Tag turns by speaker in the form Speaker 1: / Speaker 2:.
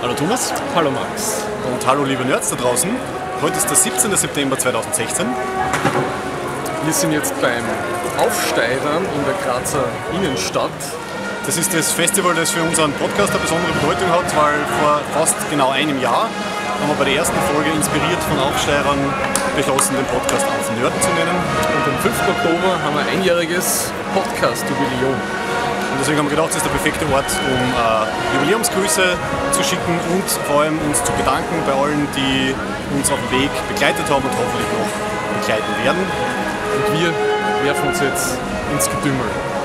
Speaker 1: Hallo Thomas.
Speaker 2: Hallo Max.
Speaker 1: Und hallo liebe Nerds da draußen. Heute ist der 17. September 2016.
Speaker 2: Wir sind jetzt beim Aufsteigern in der Grazer Innenstadt.
Speaker 1: Das ist das Festival, das für unseren Podcast eine besondere Bedeutung hat, weil vor fast genau einem Jahr haben wir bei der ersten Folge inspiriert von Aufsteigern beschlossen, den Podcast auf Nerd zu nennen.
Speaker 2: Und am 5. Oktober haben wir ein einjähriges Podcast-Jubiläum.
Speaker 1: Und deswegen haben wir gedacht, das ist der perfekte Ort, um äh, Jubiläumsgrüße zu schicken und vor allem uns zu bedanken bei allen, die uns auf dem Weg begleitet haben und hoffentlich noch begleiten werden.
Speaker 2: Und wir werfen uns jetzt ins Gedümmel.